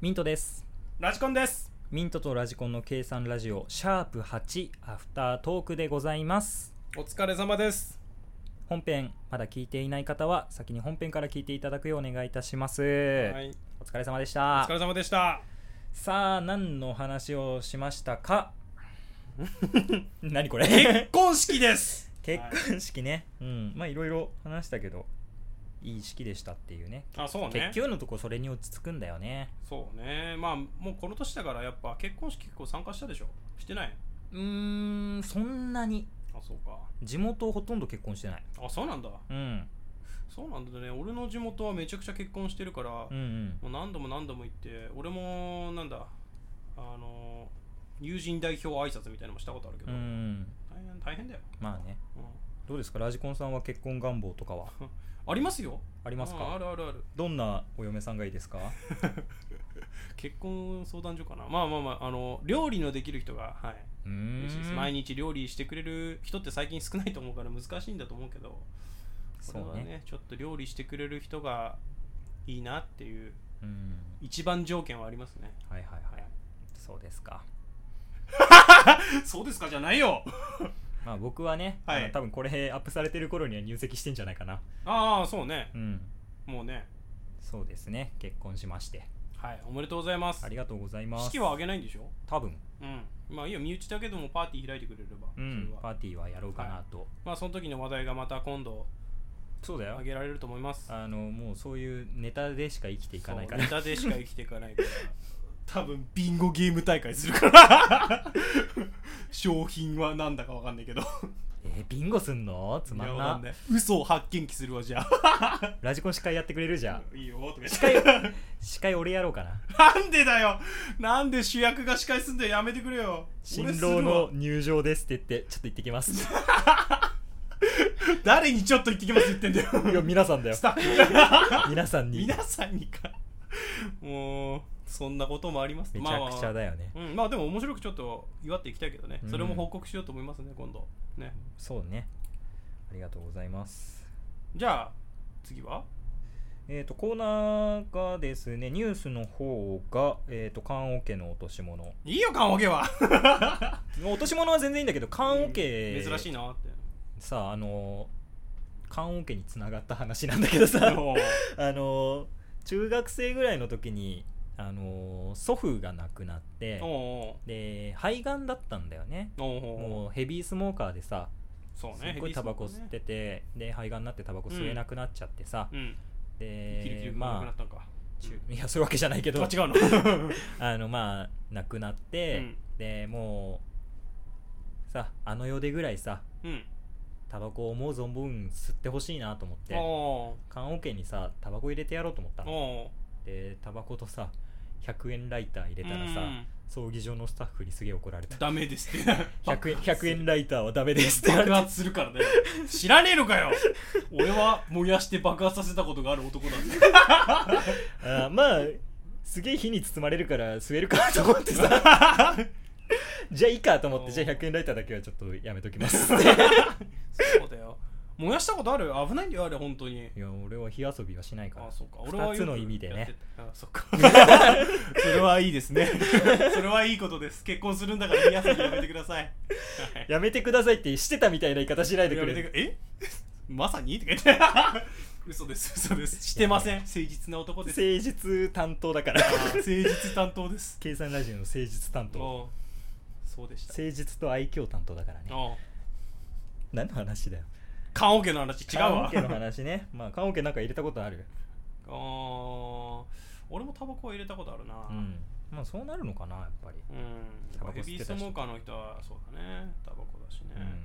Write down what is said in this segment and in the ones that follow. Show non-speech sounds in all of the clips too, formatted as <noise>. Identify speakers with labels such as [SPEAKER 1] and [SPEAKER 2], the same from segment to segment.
[SPEAKER 1] ミントです
[SPEAKER 2] ラジコンです
[SPEAKER 1] ミントとラジコンの計算ラジオシャープ8アフタートークでございます
[SPEAKER 2] お疲れ様です
[SPEAKER 1] 本編まだ聞いていない方は先に本編から聞いていただくようお願いいたします、
[SPEAKER 2] はい
[SPEAKER 1] お疲れ様でし
[SPEAKER 2] お
[SPEAKER 1] た
[SPEAKER 2] 疲れ様でした
[SPEAKER 1] さあ何の話をしました
[SPEAKER 2] <laughs>
[SPEAKER 1] か何こ
[SPEAKER 2] 結
[SPEAKER 1] れ
[SPEAKER 2] 婚式です
[SPEAKER 1] 結婚式ね、うんまあいろいろ話したけどいい式でしたっていうね
[SPEAKER 2] <laughs> あそうね
[SPEAKER 1] 結局のとこそれに落ち着くんだよね
[SPEAKER 2] そうねまあもうこの年だからやっぱ結婚式結構参加したでしょしてないう
[SPEAKER 1] ーんそんなに
[SPEAKER 2] あそうか
[SPEAKER 1] 地元ほとんど結婚してない、
[SPEAKER 2] あそうなんだ
[SPEAKER 1] うん、
[SPEAKER 2] そうなんだね俺の地元はめちゃくちゃ結婚してるから、
[SPEAKER 1] うんうん
[SPEAKER 2] もう何度も何度も行って俺もなんだあの友人代表挨拶みたいなのもしたことあるけ
[SPEAKER 1] う
[SPEAKER 2] ど、
[SPEAKER 1] ん
[SPEAKER 2] 大変大変だよ、
[SPEAKER 1] まあね
[SPEAKER 2] うん
[SPEAKER 1] どうですかラジコンさんは結婚願望とかは
[SPEAKER 2] ありますよ
[SPEAKER 1] あります
[SPEAKER 2] うんあ
[SPEAKER 1] か
[SPEAKER 2] るあるある
[SPEAKER 1] どんなお嫁さんがいい
[SPEAKER 2] <laughs>
[SPEAKER 1] ですか
[SPEAKER 2] 結婚相談所かなまあまあまああの料理のできる人がはいう
[SPEAKER 1] ー
[SPEAKER 2] 嬉しいです
[SPEAKER 1] ん
[SPEAKER 2] 毎日料理してくれる人って最近少ないと思うから難しいんだと思うけどこ
[SPEAKER 1] そ
[SPEAKER 2] れ
[SPEAKER 1] う
[SPEAKER 2] は
[SPEAKER 1] ね
[SPEAKER 2] ねちょっと料理してくれる人がいいなっていう
[SPEAKER 1] うん
[SPEAKER 2] 一番条件はありますね、
[SPEAKER 1] はいはいは
[SPEAKER 2] はい
[SPEAKER 1] そうですか
[SPEAKER 2] い、 <laughs> そうですかじゃないよ
[SPEAKER 1] まあ僕はね、
[SPEAKER 2] はい
[SPEAKER 1] あの多分これアップされてる頃には入籍してんじゃないかな
[SPEAKER 2] ああそうね
[SPEAKER 1] うん
[SPEAKER 2] もうね
[SPEAKER 1] そうですね結婚しまして
[SPEAKER 2] はいおめでとうございます
[SPEAKER 1] ありがとうございます
[SPEAKER 2] 式はあげないんでしょ
[SPEAKER 1] 多分
[SPEAKER 2] うんまあいいよ身内だけでもパーティー開いてくれれば、
[SPEAKER 1] うん
[SPEAKER 2] それ
[SPEAKER 1] パ
[SPEAKER 2] は
[SPEAKER 1] ーティーはやろうかなと、
[SPEAKER 2] まあその時の話題がまた今度
[SPEAKER 1] そうだよ
[SPEAKER 2] あげられると思います
[SPEAKER 1] あのもうそういうネタでしか生きていかないか
[SPEAKER 2] そ
[SPEAKER 1] ら
[SPEAKER 2] うネタでしか生きていかないから <laughs> 多分ビンゴゲーム大会するから
[SPEAKER 1] <laughs>
[SPEAKER 2] 商品はなんだかわかんないけど
[SPEAKER 1] <laughs> えービンゴすんのつまん
[SPEAKER 2] いやわ
[SPEAKER 1] な
[SPEAKER 2] かい嘘を発見器するわじゃあ
[SPEAKER 1] ラジコン司会やってくれるじゃん
[SPEAKER 2] いいよとか
[SPEAKER 1] 司会司会俺やろうかな
[SPEAKER 2] なんでだよなんで主役が司会すんだよやめてくれよ俺
[SPEAKER 1] 新
[SPEAKER 2] するわ
[SPEAKER 1] 郎の入場ですって言ってちょっと行ってきます
[SPEAKER 2] <laughs>
[SPEAKER 1] い
[SPEAKER 2] 誰にちょっと言ってきます言ってんだよ
[SPEAKER 1] や皆さんだよ
[SPEAKER 2] スタッフ
[SPEAKER 1] 皆さ <laughs> んにめ
[SPEAKER 2] 皆さんにかもうそんなこともあります
[SPEAKER 1] ちゃくちゃだよね、
[SPEAKER 2] まあまあうん、まあでも面白くちょっと祝っていきたいけどね、
[SPEAKER 1] うん
[SPEAKER 2] それも報告しようと思いますね今度ね
[SPEAKER 1] そうねありがとうございます
[SPEAKER 2] じゃあ次は
[SPEAKER 1] えー、とコーナーがですねニュースの方が、えー、と缶オケの落とし物
[SPEAKER 2] いいよ缶オケは
[SPEAKER 1] 落とし物は全然いいんだけど缶オケ、
[SPEAKER 2] 珍しい
[SPEAKER 1] い
[SPEAKER 2] なって
[SPEAKER 1] <laughs> さああのー缶オケにつながった話なんだけど
[SPEAKER 2] <laughs>
[SPEAKER 1] さあのー中学生ぐらいの時に、あのー祖父が亡くなって
[SPEAKER 2] おお
[SPEAKER 1] で肺がんだったんだよね
[SPEAKER 2] おお
[SPEAKER 1] もうヘビースモーカーでさ
[SPEAKER 2] そう
[SPEAKER 1] す
[SPEAKER 2] ね
[SPEAKER 1] っごいタバコ吸ってて、で肺がんになってタバコ吸えなくなっちゃってさ、
[SPEAKER 2] うん
[SPEAKER 1] で
[SPEAKER 2] キルキルなくな
[SPEAKER 1] ま
[SPEAKER 2] っ
[SPEAKER 1] あ
[SPEAKER 2] たんか、
[SPEAKER 1] 中いやそういうわけじゃないけど
[SPEAKER 2] あ違うの
[SPEAKER 1] あのまあ亡くなって、
[SPEAKER 2] うん
[SPEAKER 1] <laughs> でもうさあの世でぐらいさ
[SPEAKER 2] うん
[SPEAKER 1] タバコを思う存分吸ってほしいなと思っ
[SPEAKER 2] お
[SPEAKER 1] て
[SPEAKER 2] お
[SPEAKER 1] 缶オケにさタバコ入れてやろうと思った
[SPEAKER 2] お
[SPEAKER 1] の
[SPEAKER 2] お
[SPEAKER 1] でタバコとさ100円ライター入れたらさ、
[SPEAKER 2] うん
[SPEAKER 1] 葬儀場のスタッフにすげえ怒られた
[SPEAKER 2] ダメですって
[SPEAKER 1] <laughs> 100円
[SPEAKER 2] <laughs>
[SPEAKER 1] ,100 円ライターはダメですって言わ
[SPEAKER 2] 爆
[SPEAKER 1] れて
[SPEAKER 2] 発するからね知らねえのかよ俺は燃やして爆発させたことがある男なんだ
[SPEAKER 1] <laughs>
[SPEAKER 2] よ
[SPEAKER 1] あーまあすげえ火に包まれるから吸えるかと思ってさ
[SPEAKER 2] <laughs>
[SPEAKER 1] じゃあいいかと思ってじゃあ100円ライターだけはちょっとやめとき
[SPEAKER 2] <laughs>
[SPEAKER 1] ますって
[SPEAKER 2] そうだよ燃やしたことある危ないんだよあれ本当に
[SPEAKER 1] いや俺は火遊びはしないから
[SPEAKER 2] あそうか
[SPEAKER 1] 二つの意味でね
[SPEAKER 2] よくやってたあそっか <laughs> それはいいで
[SPEAKER 1] <laughs>
[SPEAKER 2] すねそれはいいことです結婚するんだから皆さんやめてくださいはい
[SPEAKER 1] やめてくださいってしてたみたいな言い方しないで
[SPEAKER 2] や
[SPEAKER 1] く
[SPEAKER 2] め
[SPEAKER 1] れ
[SPEAKER 2] てく
[SPEAKER 1] る
[SPEAKER 2] え <laughs> まさにって書いて <laughs> 嘘です嘘ですしてません誠実な男です
[SPEAKER 1] 誠実担当だから
[SPEAKER 2] あー誠実担当です
[SPEAKER 1] 計算ラジオの誠実 <laughs> 担当
[SPEAKER 2] おうそうでした
[SPEAKER 1] 誠実と愛嬌担当だからね
[SPEAKER 2] おう
[SPEAKER 1] 何の話だよ
[SPEAKER 2] 棺桶の話違う
[SPEAKER 1] 缶オ
[SPEAKER 2] わ
[SPEAKER 1] ケの話ねまあ缶オケなんか入れたことある
[SPEAKER 2] <laughs> あー俺もタバコは入れたことあるな
[SPEAKER 1] う
[SPEAKER 2] うん
[SPEAKER 1] んまあそうなるのかなやっぱりタバコ吸ってた
[SPEAKER 2] ヘ
[SPEAKER 1] し
[SPEAKER 2] ビースモーカーの人はそうだねタバコだしね、
[SPEAKER 1] うん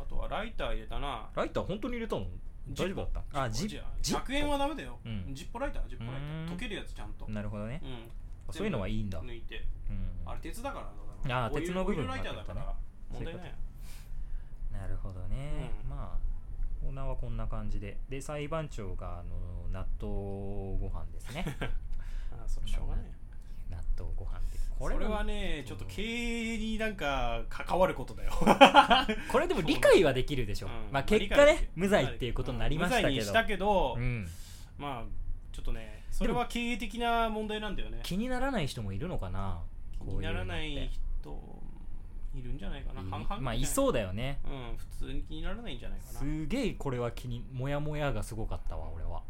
[SPEAKER 2] あとはライター入れたな
[SPEAKER 1] ライター本当に入れたの大丈夫だった
[SPEAKER 2] あジッ
[SPEAKER 1] ジッ
[SPEAKER 2] 100円はダメだよ、
[SPEAKER 1] うん
[SPEAKER 2] ジッポライタージッポライタ
[SPEAKER 1] う
[SPEAKER 2] ー
[SPEAKER 1] ん
[SPEAKER 2] 溶けるやつちゃんと、うん、
[SPEAKER 1] なるほどねそういうのはいいんだ
[SPEAKER 2] 全部抜いて
[SPEAKER 1] うん
[SPEAKER 2] あれ鉄だからな
[SPEAKER 1] あー
[SPEAKER 2] オイル
[SPEAKER 1] 鉄の部分
[SPEAKER 2] オイルライターだから
[SPEAKER 1] そうい
[SPEAKER 2] 問
[SPEAKER 1] うこと
[SPEAKER 2] 題ないよ
[SPEAKER 1] なるほどね
[SPEAKER 2] うん
[SPEAKER 1] まあオーナーはこんな感じでで裁判長があの納豆ご飯です
[SPEAKER 2] <laughs>
[SPEAKER 1] ね
[SPEAKER 2] あーそうしょうがないよ
[SPEAKER 1] 納豆ご飯って
[SPEAKER 2] これはねちょっと経営になんか関わることだよ
[SPEAKER 1] これでも理解はできるでしょ、
[SPEAKER 2] うん
[SPEAKER 1] まあ、結
[SPEAKER 2] ま
[SPEAKER 1] 果
[SPEAKER 2] あ理解でき
[SPEAKER 1] ね
[SPEAKER 2] る
[SPEAKER 1] 無罪っていうことになりました
[SPEAKER 2] 無罪
[SPEAKER 1] け
[SPEAKER 2] にし
[SPEAKER 1] ど
[SPEAKER 2] たけど、
[SPEAKER 1] うん
[SPEAKER 2] まあちょっとねそれは経営的な問題なんだよね
[SPEAKER 1] 気にならない人もいるのかな
[SPEAKER 2] 気にならない
[SPEAKER 1] こううのって
[SPEAKER 2] 人いるんじゃないかな半々
[SPEAKER 1] まあいそうだよね
[SPEAKER 2] ううん普通に気にならないんじゃないかな
[SPEAKER 1] すげえこれは気にモヤモヤがすごかったわ俺は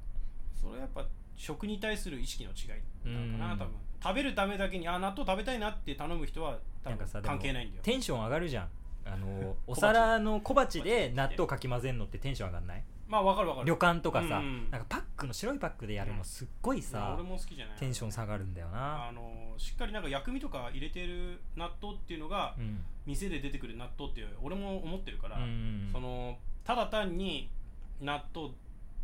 [SPEAKER 2] それはやっぱ食に対する意識の違いなのか
[SPEAKER 1] う
[SPEAKER 2] なん多分食べるためだけにあ納豆食べたいなって頼む人は多
[SPEAKER 1] なんか
[SPEAKER 2] 分
[SPEAKER 1] さでも
[SPEAKER 2] 関係ないんだよ
[SPEAKER 1] テンション上がるじゃんあのお
[SPEAKER 2] 小鉢
[SPEAKER 1] 皿の小鉢で納豆かき混ぜんのってテンション上がんない
[SPEAKER 2] まあわかるわかる
[SPEAKER 1] 旅館とかさ、
[SPEAKER 2] うん
[SPEAKER 1] なんかパックの白いパックでやるのすっごい
[SPEAKER 2] まあ
[SPEAKER 1] さ、
[SPEAKER 2] 俺も好きじゃない
[SPEAKER 1] テンション下がるんだよな、
[SPEAKER 2] あのしっかりなんか薬味とか入れてる納豆っていうのが
[SPEAKER 1] うん
[SPEAKER 2] 店で出てくる納豆って俺も思ってるから、
[SPEAKER 1] うん
[SPEAKER 2] そのただ単に納豆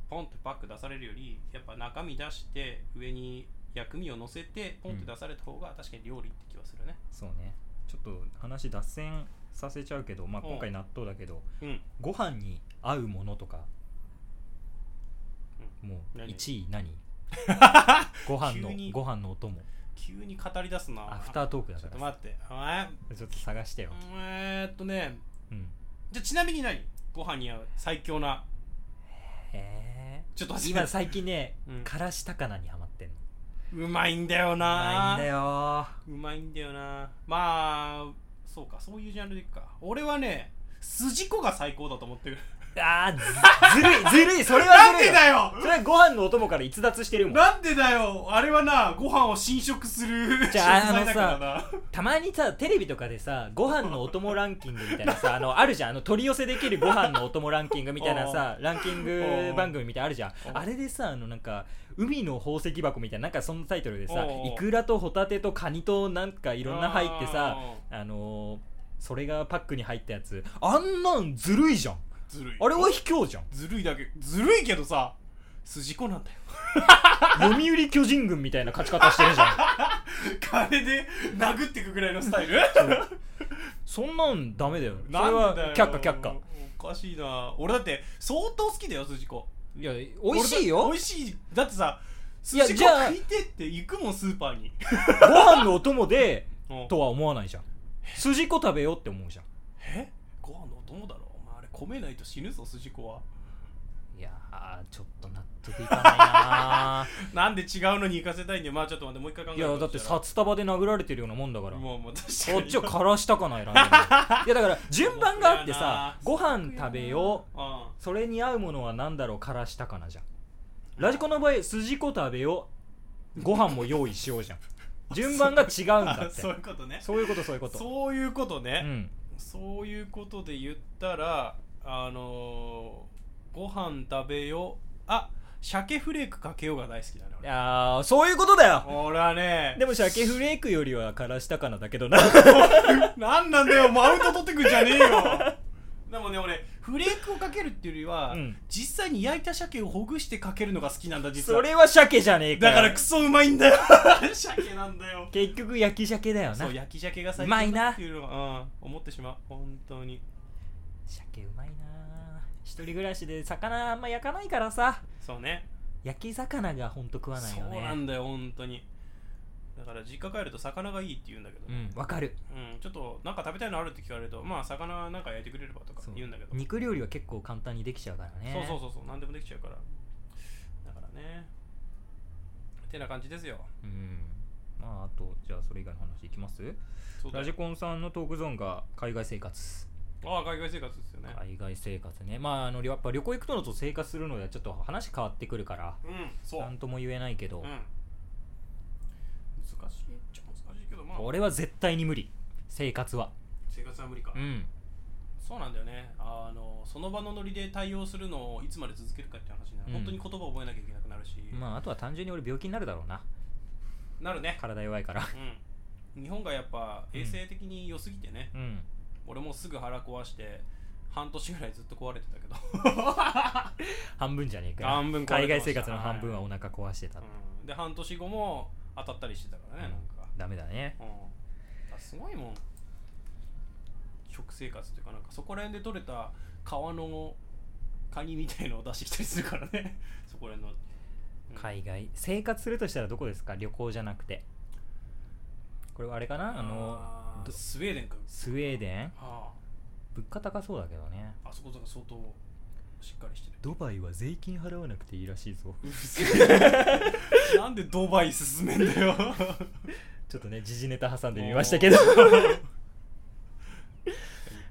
[SPEAKER 2] ポンってパック出されるよりやっぱ中身出して上に薬味を乗せてポンって出された方が確かに料理って気はするね
[SPEAKER 1] そうねちょっと話脱線させちゃうけど、まあ、
[SPEAKER 2] うん
[SPEAKER 1] 今回納豆だけど
[SPEAKER 2] うん、
[SPEAKER 1] ご飯に合うものとかもう
[SPEAKER 2] 何
[SPEAKER 1] 1位
[SPEAKER 2] <laughs>
[SPEAKER 1] 何ご飯の
[SPEAKER 2] 急に
[SPEAKER 1] ご飯のお供
[SPEAKER 2] 急に語り出すな
[SPEAKER 1] アフタートークだ
[SPEAKER 2] ちょっ
[SPEAKER 1] か
[SPEAKER 2] と
[SPEAKER 1] ら
[SPEAKER 2] 待ってあ
[SPEAKER 1] ちょっと探してよ、
[SPEAKER 2] えーっとね
[SPEAKER 1] うん、
[SPEAKER 2] じゃあちなみに何ご飯に合う最強な
[SPEAKER 1] へえ
[SPEAKER 2] ちょっと忘れ
[SPEAKER 1] 今
[SPEAKER 2] た
[SPEAKER 1] 最近ね、
[SPEAKER 2] うん
[SPEAKER 1] からし高菜にハマってんの
[SPEAKER 2] うまいんだよ
[SPEAKER 1] うまい
[SPEAKER 2] なん
[SPEAKER 1] だよ
[SPEAKER 2] うまいんだよなまあそうかそういうジャンルでいくか俺はね筋子が最高だと思ってる
[SPEAKER 1] あーずずるいずるいそれは
[SPEAKER 2] なん
[SPEAKER 1] ずるい
[SPEAKER 2] でだよ
[SPEAKER 1] それはご飯のお供から逸脱してるもん
[SPEAKER 2] なんでだよあれはなご飯を侵食する
[SPEAKER 1] じゃあ
[SPEAKER 2] 食材だからな
[SPEAKER 1] たまにさテレビとかでさご飯のお供ランキングみたいなさあのあるじゃんあの取り寄せできるご飯のお供ランキングみたいな
[SPEAKER 2] <laughs>
[SPEAKER 1] さランキング番組みたいなのあるじゃん
[SPEAKER 2] おう
[SPEAKER 1] あれでさあのなんか海の宝石箱みたいななんかそのタイトルでさ
[SPEAKER 2] おう
[SPEAKER 1] いくらとホタテとカニとなんかいろんな入ってさ
[SPEAKER 2] あ
[SPEAKER 1] あのーそれがパックに入ったやつあんなんずるいじゃん
[SPEAKER 2] ーずるい
[SPEAKER 1] あれは卑怯 <laughs> じゃん
[SPEAKER 2] ずるいだけずるいけどさ筋子なんだよ
[SPEAKER 1] 読売巨人軍みたいな勝ち方してるじゃん
[SPEAKER 2] 金で殴ってくぐらいのスタイル
[SPEAKER 1] そんなんダメだよそれ
[SPEAKER 2] なんでだ
[SPEAKER 1] は
[SPEAKER 2] よ
[SPEAKER 1] 却下却下
[SPEAKER 2] おかしいな俺だって相当好きだよ筋子
[SPEAKER 1] いや美味しいよ <laughs>
[SPEAKER 2] 俺だ美味しいだってさ
[SPEAKER 1] い
[SPEAKER 2] 筋
[SPEAKER 1] や
[SPEAKER 2] 子
[SPEAKER 1] じゃあ
[SPEAKER 2] 食いてって行くもんスーパーに
[SPEAKER 1] ご飯のお供で
[SPEAKER 2] うん
[SPEAKER 1] とは思わないじゃん筋子食べようって思うじゃん
[SPEAKER 2] えご飯のお供だろお前あれ米ないと死ぬぞ筋子はい
[SPEAKER 1] やーちょっと納得いかない
[SPEAKER 2] なんで違うのに行かせたいんだよまあちょっと待ってもう一回考え
[SPEAKER 1] <laughs> な
[SPEAKER 2] る
[SPEAKER 1] いやだって札束で殴られてるようなもんだからこ
[SPEAKER 2] もうもう確かに
[SPEAKER 1] っちはからしたかないらんでるいやだから順番があ <laughs> ってさご
[SPEAKER 2] 僕やな
[SPEAKER 1] 飯食べよう
[SPEAKER 2] あ
[SPEAKER 1] それに合うものは何だろうからしたかなじゃんラジコの場合筋子食べようご飯も用意しようじゃ
[SPEAKER 2] <laughs>
[SPEAKER 1] ん順番が違うん
[SPEAKER 2] あ
[SPEAKER 1] だって
[SPEAKER 2] そういうことね
[SPEAKER 1] そういうことそういうこと
[SPEAKER 2] そういうこと
[SPEAKER 1] う
[SPEAKER 2] ね、
[SPEAKER 1] ん
[SPEAKER 2] そういうことで言ったらあのー、ご飯食べようあ鮭フレークかけようが大好きだね
[SPEAKER 1] いやーそういうことだよ
[SPEAKER 2] 俺俺はね
[SPEAKER 1] でも鮭フレークよりはからしたかなだけどな
[SPEAKER 2] なんなんだよマウント取ってくんじゃね
[SPEAKER 1] <laughs>
[SPEAKER 2] えよでもね俺フレークをかけるっていうよりは、
[SPEAKER 1] うん
[SPEAKER 2] 実際に焼いた鮭をほぐしてかけるのが好きなんだ <laughs> 実
[SPEAKER 1] そ
[SPEAKER 2] は
[SPEAKER 1] れは鮭じゃねえか
[SPEAKER 2] だ
[SPEAKER 1] よ
[SPEAKER 2] からクソうまい
[SPEAKER 1] <laughs>
[SPEAKER 2] んだよ鮭なんだよ
[SPEAKER 1] 結局焼き鮭だよな
[SPEAKER 2] そう焼き鮭が最
[SPEAKER 1] うまい
[SPEAKER 2] 高だ
[SPEAKER 1] な
[SPEAKER 2] っていうのはうん、思ってしまう本当に
[SPEAKER 1] 鮭うまいな一人暮らしで魚あんま焼かないからさ
[SPEAKER 2] そうね
[SPEAKER 1] 焼き魚がほんと食わないよね
[SPEAKER 2] そうなんだよ本当にだから実家帰ると魚がいいって言うんだけど、
[SPEAKER 1] うんわかる
[SPEAKER 2] うんちょっとなんか食べたいのあるって聞かれるとまあ魚なんか焼いてくれればとか
[SPEAKER 1] そう
[SPEAKER 2] 言うんだけどそう,、
[SPEAKER 1] 肉料理は結構簡単にできちゃうからね
[SPEAKER 2] そうそうそう何でもできちゃうからだからねてな感じですよ
[SPEAKER 1] うんまああとじゃあそれ以外の話いきます
[SPEAKER 2] そう
[SPEAKER 1] ラ
[SPEAKER 2] だよ
[SPEAKER 1] ジコンさんのトークゾーンが海外生活
[SPEAKER 2] ああ海外生活ですよね
[SPEAKER 1] 海外生活ねまああのやっぱ旅行行くとのと生活するのではちょっと話変わってくるから
[SPEAKER 2] うんそう
[SPEAKER 1] 何とも言えないけど、
[SPEAKER 2] うん難しいっちゃ難しいけどまあ
[SPEAKER 1] 俺は絶対に無理生活は
[SPEAKER 2] 生活は無理か、
[SPEAKER 1] うん
[SPEAKER 2] そうなんだよねあのその場のノリで対応するのをいつまで続けるかっていう話になる、
[SPEAKER 1] うん
[SPEAKER 2] 本当に言葉を覚えなきゃいけなくなるし、
[SPEAKER 1] まああとは単純に俺病気になるだろうな
[SPEAKER 2] なるね、
[SPEAKER 1] 体弱いから
[SPEAKER 2] うん、日本がやっぱ衛生的に良すぎてね、
[SPEAKER 1] うん
[SPEAKER 2] 俺もうすぐ腹壊して半年ぐらいずっと壊れてたけど、
[SPEAKER 1] 半分じゃねえか
[SPEAKER 2] 半分壊れてました
[SPEAKER 1] 海外生活の半分はお腹壊してた、
[SPEAKER 2] うんで半年後も当たったりしてたから
[SPEAKER 1] う
[SPEAKER 2] ね、
[SPEAKER 1] ん
[SPEAKER 2] なんか,、
[SPEAKER 1] ダメだね
[SPEAKER 2] うん、だからすごいもん食生活というかなんかそこら辺で取れた皮のカニみたいのを出してきたりするからね <laughs> そこら辺の、うん
[SPEAKER 1] 海外生活するとしたらどこですか旅行じゃなくてこれはあれかなあの
[SPEAKER 2] あー
[SPEAKER 1] ど
[SPEAKER 2] スウェーデンか
[SPEAKER 1] スウェーデン
[SPEAKER 2] あ
[SPEAKER 1] 物価高そうだけどね
[SPEAKER 2] ああそことか相当しっかりしてる
[SPEAKER 1] ドバイは税金払わなくていいらしいぞ
[SPEAKER 2] うるせえ <laughs> なんでドバイ進めん
[SPEAKER 1] <laughs>
[SPEAKER 2] だよ
[SPEAKER 1] ちょっとね時事ネタ挟んでみましたけ
[SPEAKER 2] <laughs>
[SPEAKER 1] ど <laughs>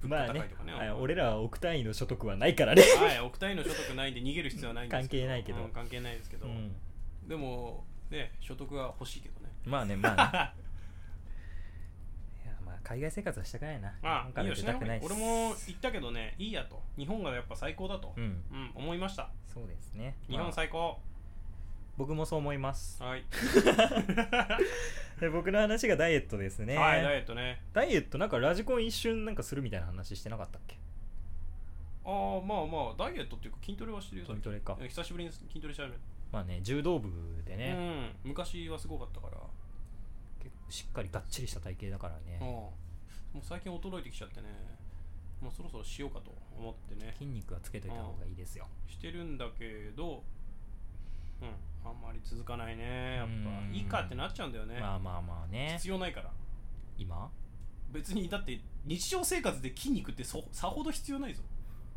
[SPEAKER 1] まあねはい俺らは億単位の所得はないからね、
[SPEAKER 2] はい億単位の所得ないんで逃げる必要はないんですけど
[SPEAKER 1] 関係ないけど
[SPEAKER 2] うん関係ないですけど、
[SPEAKER 1] うん、
[SPEAKER 2] でもね所得が欲しいけどね
[SPEAKER 1] まあね <laughs> まあねいやまあ海外生活はしたくないな
[SPEAKER 2] ま
[SPEAKER 1] 日本
[SPEAKER 2] あ
[SPEAKER 1] か
[SPEAKER 2] い
[SPEAKER 1] ら
[SPEAKER 2] いよ
[SPEAKER 1] 出
[SPEAKER 2] したない方
[SPEAKER 1] く
[SPEAKER 2] が
[SPEAKER 1] ないい
[SPEAKER 2] い
[SPEAKER 1] っす
[SPEAKER 2] 俺も言ったけどねいいやと日本がやっぱ最高だと
[SPEAKER 1] う、ん
[SPEAKER 2] うん思いました
[SPEAKER 1] そうですね
[SPEAKER 2] 日本
[SPEAKER 1] まあ
[SPEAKER 2] 最高、
[SPEAKER 1] 僕もそう思います
[SPEAKER 2] はい、
[SPEAKER 1] で <laughs> 僕の話がダイエットですね、
[SPEAKER 2] はいダイエットね
[SPEAKER 1] ダイエットなんかラジコン一瞬なんかするみたいな話してなかったっけ
[SPEAKER 2] ああまあまあダイエットっていうか筋トレはしてるよ
[SPEAKER 1] 筋トレか
[SPEAKER 2] 久しぶりに筋トレし始め
[SPEAKER 1] まあね柔道部で
[SPEAKER 2] た、
[SPEAKER 1] ね、
[SPEAKER 2] うん昔はすごかったから、
[SPEAKER 1] 結構しっかりがっちりした体型だからね、
[SPEAKER 2] うんもう最近衰えてきちゃってねもうそろそろしようかと思ってね
[SPEAKER 1] 筋肉はつけといた方がいいですよ、
[SPEAKER 2] してるんだけどうんあんまり続かないねやっ
[SPEAKER 1] うん
[SPEAKER 2] ぱいいかってなっちゃうんだよね、
[SPEAKER 1] まあまあまあね
[SPEAKER 2] 必要ないから
[SPEAKER 1] 今
[SPEAKER 2] 別にだって日常生活で筋肉ってそさほど必要ないぞ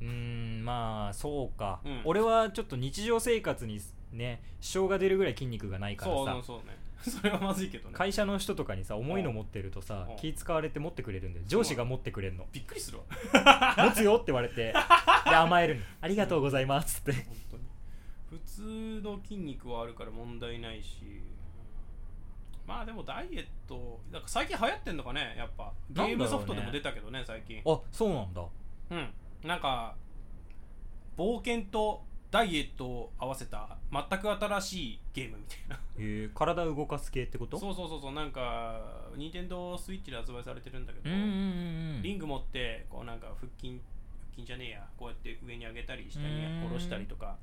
[SPEAKER 1] うーんまあそうか、
[SPEAKER 2] うん
[SPEAKER 1] 俺はちょっと日常生活にね支障が出るぐらい筋肉がないから
[SPEAKER 2] そう
[SPEAKER 1] さ
[SPEAKER 2] そうそうね <laughs> それはまずいけどね
[SPEAKER 1] 会社の人とかにさ重いの持ってるとさ
[SPEAKER 2] うん
[SPEAKER 1] 気使われて持ってくれるんだよ上司が持ってくれるの
[SPEAKER 2] びっくりするわ
[SPEAKER 1] 持つよって言
[SPEAKER 2] <laughs>
[SPEAKER 1] われてで甘えるのありがとうございますって
[SPEAKER 2] 本当に普通の筋肉はあるから問題ないしまあでもダイエットなんか最近流行ってんのかねやっぱゲームソフトでも出たけどね最近
[SPEAKER 1] あそうなんだ
[SPEAKER 2] うんなんか冒険とダイエットを合わせた全く新しいゲームみたいな
[SPEAKER 1] へえ体動かす系ってこと
[SPEAKER 2] そうそうそうそうなんか任天堂スイッチで発売されてるんだけど、
[SPEAKER 1] うんうんうんうん
[SPEAKER 2] リング持ってこうなんか腹筋腹筋じゃねえやこうやって上に上げたり下に下ろしたりとか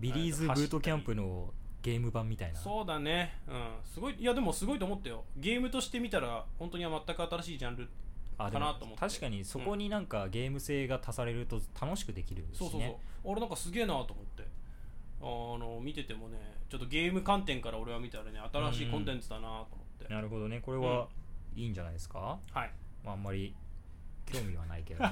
[SPEAKER 1] ビリーズブートキャンプのゲーム版みたいな
[SPEAKER 2] そうだねうんすごいいやでもすごいと思ったよゲームとして見たら本当に全く新しいジャンル
[SPEAKER 1] あで
[SPEAKER 2] かな
[SPEAKER 1] も
[SPEAKER 2] と思って
[SPEAKER 1] 確かにそこになんかゲーム性が足されると楽しくできるしね
[SPEAKER 2] そうそうそう俺なんかすげえなと思ってあの見ててもねちょっとゲーム観点から俺は見たらね新しいコンテンツだなと思って、
[SPEAKER 1] なるほどねこれはいいんじゃないですか、
[SPEAKER 2] はい
[SPEAKER 1] まあ、あんまり興味はないけ
[SPEAKER 2] <laughs>
[SPEAKER 1] どね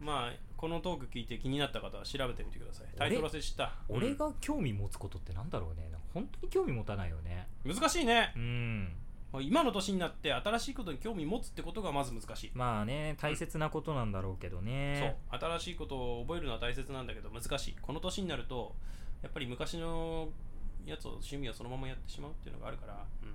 [SPEAKER 2] まあこのトーク聞いて気になった方は調べてみてくださいタイトル忘れした
[SPEAKER 1] 俺、が興味持つことってなんだろうねなんか本当に興味持たないよね
[SPEAKER 2] うん難しいね
[SPEAKER 1] うん
[SPEAKER 2] もう今の年になって新しいことに興味持つってことがまず難しい、
[SPEAKER 1] まあね大切なことなんだろうけどね、
[SPEAKER 2] そう新しいことを覚えるのは大切なんだけど難しいこの年になるとやっぱり昔のやつを趣味をそのままやってしまうっていうのがあるから、うん、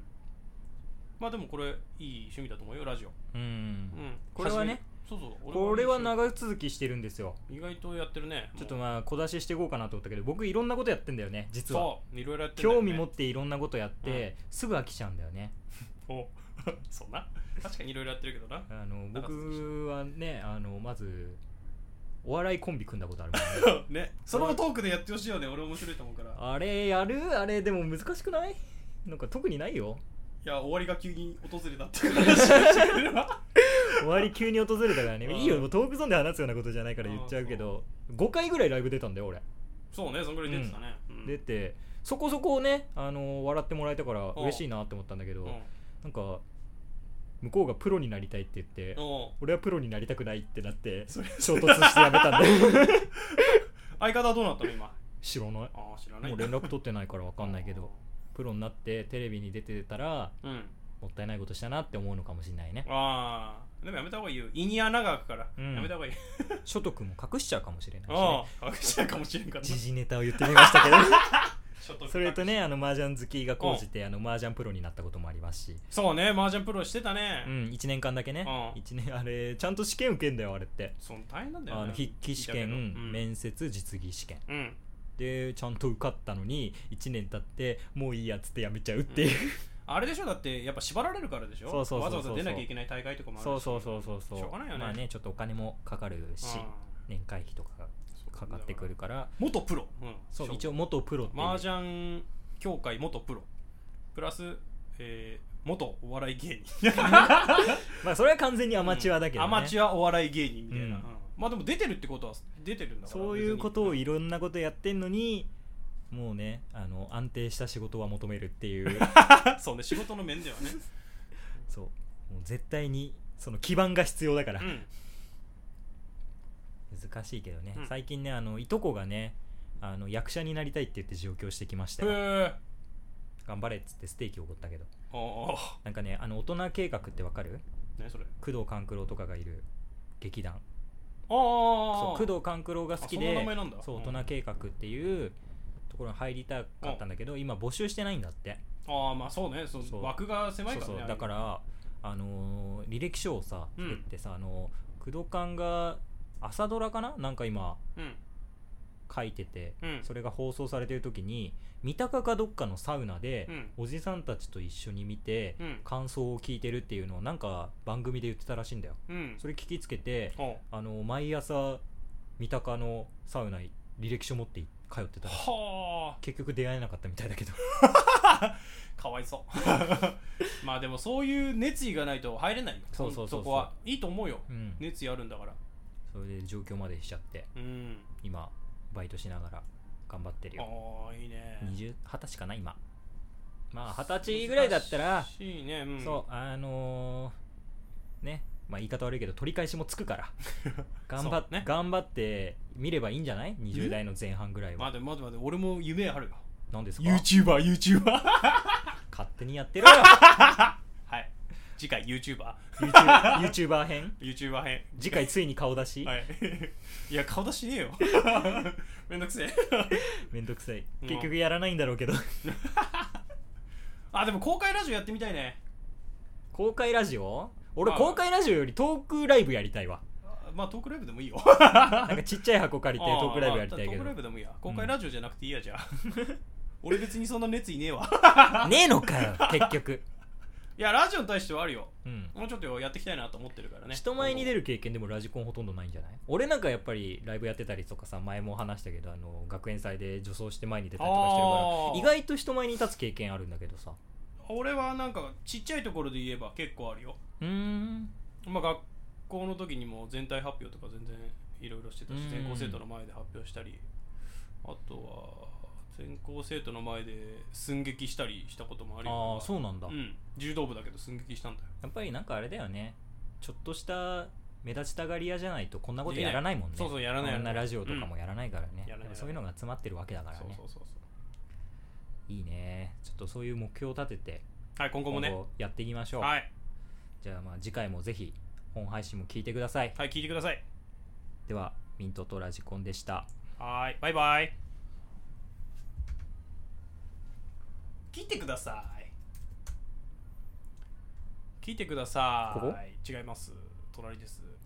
[SPEAKER 2] まあでもこれいい趣味だと思うよラジオ、
[SPEAKER 1] うん
[SPEAKER 2] うん、
[SPEAKER 1] これはね
[SPEAKER 2] 初めそうそ
[SPEAKER 1] こ
[SPEAKER 2] う
[SPEAKER 1] れは
[SPEAKER 2] 俺もいい
[SPEAKER 1] 長続きしてるんですよ
[SPEAKER 2] し意外とやってるね
[SPEAKER 1] ちょっと
[SPEAKER 2] もう
[SPEAKER 1] まあ小出ししていこうかなと思ったけど僕いろんなことやってんだよね実は
[SPEAKER 2] そういろいろやってる、ね、
[SPEAKER 1] 興味持っていろんなことやって、すぐ飽きちゃうんだよね
[SPEAKER 2] お <laughs> そうな確かにいろいろやってるけどな
[SPEAKER 1] あの
[SPEAKER 2] 長続きして
[SPEAKER 1] 僕はねあのまずお笑いコンビ組んだことあるもんね
[SPEAKER 2] ねそのトークでやってほしいよね俺面白いと思うから
[SPEAKER 1] <laughs> あれやるあれでも難しくないなんか特にないよ
[SPEAKER 2] いや終わりが急に訪れたっていう話をしてくれれば
[SPEAKER 1] 終わり急に訪れたから
[SPEAKER 2] うん
[SPEAKER 1] ねいいよもうトークゾーンで話すようなことじゃないから言っちゃうけど5回ぐらいライブ出たんだよ俺
[SPEAKER 2] そうねそんぐらい出てたね、うん
[SPEAKER 1] 出てそこそこねあの笑ってもらえたから
[SPEAKER 2] うん
[SPEAKER 1] 嬉しいなって思ったんだけ
[SPEAKER 2] う
[SPEAKER 1] ど
[SPEAKER 2] ん
[SPEAKER 1] なんか向こうがプロになりたいって言って
[SPEAKER 2] うん
[SPEAKER 1] 俺はプロになりたくないってなって
[SPEAKER 2] それ
[SPEAKER 1] 衝突してやめたんだよ
[SPEAKER 2] <laughs> 相方はどうなったの今
[SPEAKER 1] 知らないも
[SPEAKER 2] ああ知らないう
[SPEAKER 1] 連絡取ってないから分かんないけどプロになってテレビに出てたら
[SPEAKER 2] うん
[SPEAKER 1] もったいないことしたなって思うのかもしれないね
[SPEAKER 2] ああでもやめた方がいいよ胃に穴が開くから、
[SPEAKER 1] うん
[SPEAKER 2] やめた方がいい
[SPEAKER 1] 所得も隠しちゃうかもしれないし
[SPEAKER 2] あ
[SPEAKER 1] ね
[SPEAKER 2] あ隠しちゃうかもしれんからな
[SPEAKER 1] 時事ネタを言ってみましたけど <laughs>
[SPEAKER 2] ちょっと
[SPEAKER 1] それとねあの麻雀好きが高じてあの麻雀プロになったこともありますし、
[SPEAKER 2] そうね麻雀プロしてたね、
[SPEAKER 1] うん、1年間だけね
[SPEAKER 2] うん
[SPEAKER 1] 1年あれちゃんと試験受けんだよあれって
[SPEAKER 2] その大変なんだよね
[SPEAKER 1] あの筆記試験、
[SPEAKER 2] 聞い
[SPEAKER 1] 面接実技試験
[SPEAKER 2] たけどうん、うん
[SPEAKER 1] でちゃんと受かったのに1年経ってもういいやっつってやめちゃうっていう、
[SPEAKER 2] あれでしょだってやっぱ縛られるからでしょ
[SPEAKER 1] そうそうそうそう
[SPEAKER 2] わざわざ出なきゃいけない大会とかもあるし
[SPEAKER 1] そうそうそうそうそう
[SPEAKER 2] しょうがないよね
[SPEAKER 1] まあねちょっとお金もかかるし
[SPEAKER 2] う
[SPEAKER 1] 年会費とかが
[SPEAKER 2] ん
[SPEAKER 1] かかってくるから
[SPEAKER 2] 元プロ、うん、
[SPEAKER 1] そう
[SPEAKER 2] 勝負
[SPEAKER 1] 一応元プロっていう
[SPEAKER 2] 麻雀協会元プロプラス、えー元お笑い芸人
[SPEAKER 1] まあそれは完全にアマチュアだけど、ね
[SPEAKER 2] アマチュアお笑い芸人みたいな、
[SPEAKER 1] うん
[SPEAKER 2] うんまあでも出てるってことは出てるんだから
[SPEAKER 1] そういうことを
[SPEAKER 2] 別に
[SPEAKER 1] いろんなことやってんのにもうねあの安定した仕事は求めるっていう
[SPEAKER 2] <laughs> そうね仕事の面で
[SPEAKER 1] <laughs>
[SPEAKER 2] はね、
[SPEAKER 1] そうもう絶対にその基盤が必要だから、
[SPEAKER 2] うん
[SPEAKER 1] 難しいけどね、
[SPEAKER 2] うん
[SPEAKER 1] 最近ねあのいとこがねあの役者になりたいって言って上京してきました
[SPEAKER 2] へ
[SPEAKER 1] よ
[SPEAKER 2] え
[SPEAKER 1] 頑張れっつってステーキおごったけど
[SPEAKER 2] ああ
[SPEAKER 1] なんかねあの大人計画ってわかる
[SPEAKER 2] 何それ
[SPEAKER 1] 工藤官九郎とかがいる劇団
[SPEAKER 2] ああ
[SPEAKER 1] そう工藤官九郎が好き
[SPEAKER 2] あそ
[SPEAKER 1] で
[SPEAKER 2] んな名前なんだ
[SPEAKER 1] そう
[SPEAKER 2] うん
[SPEAKER 1] 大人計画っていうところに入りたかったんだけど、今募集してないんだって
[SPEAKER 2] ああまあそうねそう
[SPEAKER 1] そう
[SPEAKER 2] 枠が狭いからね
[SPEAKER 1] そうそう
[SPEAKER 2] あれ
[SPEAKER 1] だから、あのー履歴書をさ
[SPEAKER 2] うん
[SPEAKER 1] 作ってさ、あのー工藤官が朝ドラかななんか今
[SPEAKER 2] うん
[SPEAKER 1] 書いてて、
[SPEAKER 2] うん
[SPEAKER 1] それが放送されてる時に三鷹かどっかのサウナで、
[SPEAKER 2] うん
[SPEAKER 1] おじさんたちと一緒に見て、
[SPEAKER 2] うん
[SPEAKER 1] 感想を聞いてるっていうのをなんか番組で言ってたらしいんだよ
[SPEAKER 2] うん
[SPEAKER 1] それ聞きつけて
[SPEAKER 2] おう
[SPEAKER 1] あの毎朝三鷹のサウナに履歴書持って通ってたらしい
[SPEAKER 2] は
[SPEAKER 1] 結局出会えなかったみたいだけど
[SPEAKER 2] あかわいそうまあでもそう <laughs> いう熱意がないと入れないよ
[SPEAKER 1] そうそうそうそう
[SPEAKER 2] こはいいと <laughs> 思うよ
[SPEAKER 1] うん
[SPEAKER 2] 熱意あるんだから
[SPEAKER 1] それで上京までしちゃって
[SPEAKER 2] うん
[SPEAKER 1] 今バイトしながら頑張ってるよ
[SPEAKER 2] ああいいね
[SPEAKER 1] 20二十歳かな今まあ二十歳ぐらいだったら
[SPEAKER 2] 難しいね、うん、
[SPEAKER 1] そうあのーねまあ言い方悪いけど取り返しもつくから
[SPEAKER 2] <laughs>
[SPEAKER 1] 頑張っ
[SPEAKER 2] そうね
[SPEAKER 1] 頑張って見ればいいんじゃない ?20 代の前半ぐらいは
[SPEAKER 2] 待て待て待て俺も夢あるよ
[SPEAKER 1] 何ですか <laughs>
[SPEAKER 2] YouTuberYouTuber
[SPEAKER 1] 勝手にやってろ
[SPEAKER 2] <laughs>
[SPEAKER 1] よ
[SPEAKER 2] はい次回 YouTuberYouTuber
[SPEAKER 1] YouTube YouTuber 編
[SPEAKER 2] 編
[SPEAKER 1] 次回ついに顔出し、
[SPEAKER 2] はいいや顔出しね
[SPEAKER 1] <laughs>
[SPEAKER 2] えよめんどくせえ
[SPEAKER 1] めんどくさい
[SPEAKER 2] うん
[SPEAKER 1] 結局やらないんだろうけど <laughs>
[SPEAKER 2] あでも公開ラジオやってみたいね
[SPEAKER 1] 公開ラジオ俺
[SPEAKER 2] まあ
[SPEAKER 1] 公開ラジオよりトークライブやりたい
[SPEAKER 2] <laughs>
[SPEAKER 1] わ
[SPEAKER 2] あまあトークライブでもいいよ
[SPEAKER 1] なんかちっちゃい箱借りてトークライブやりたい
[SPEAKER 2] あーまあト
[SPEAKER 1] け
[SPEAKER 2] ー
[SPEAKER 1] ど
[SPEAKER 2] クライブでもいいや公開ラジオじゃなくていいやじゃあ俺別にそんな熱意ねえわ
[SPEAKER 1] ねえのかよ結
[SPEAKER 2] <laughs>
[SPEAKER 1] 局、
[SPEAKER 2] いやラジオに対してはあるよ
[SPEAKER 1] うん
[SPEAKER 2] もうちょっとやっていきたいなと思ってるからね
[SPEAKER 1] 人前に出る経験でもラジコンほとんどないんじゃない俺なんかやっぱりライブやってたりとかさ前も話したけどあの学園祭で女装して前に出たりとかしてる
[SPEAKER 2] あ
[SPEAKER 1] から
[SPEAKER 2] ー
[SPEAKER 1] 意外と人前に立つ経験あるんだけどさ
[SPEAKER 2] 俺はなんかちっちゃいところで言えば結構あるよ
[SPEAKER 1] うーん
[SPEAKER 2] まあ学校の時にも全体発表とか全然いろいろしてたし
[SPEAKER 1] うん
[SPEAKER 2] 全校生徒の前で発表したりあとは全校生徒の前で寸劇したりしたこともあるよ
[SPEAKER 1] ああそうなんだ、
[SPEAKER 2] うん柔道部だけど寸劇したんだよ
[SPEAKER 1] やっぱりなんかあれだよねちょっとした目立ちたがり屋じゃないとこんなこと
[SPEAKER 2] できない
[SPEAKER 1] やらないもんね
[SPEAKER 2] そうそうやらな
[SPEAKER 1] こん
[SPEAKER 2] いやらな
[SPEAKER 1] ないラジオとかもやらないからね
[SPEAKER 2] ん、やらない
[SPEAKER 1] でもそういうのが詰まってるわけだからね
[SPEAKER 2] そうそうそうそう
[SPEAKER 1] いいねちょっとそういう目標を立てて
[SPEAKER 2] はい今後も
[SPEAKER 1] 今
[SPEAKER 2] ね
[SPEAKER 1] 後やっていきましょう、
[SPEAKER 2] はい
[SPEAKER 1] じゃあまあ次回もぜひ本配信も聞いてください
[SPEAKER 2] はい聞いてください
[SPEAKER 1] ではミントとラジコンでした
[SPEAKER 2] はいバイバイ聞いてください聞いてください
[SPEAKER 1] ここ
[SPEAKER 2] 違います隣です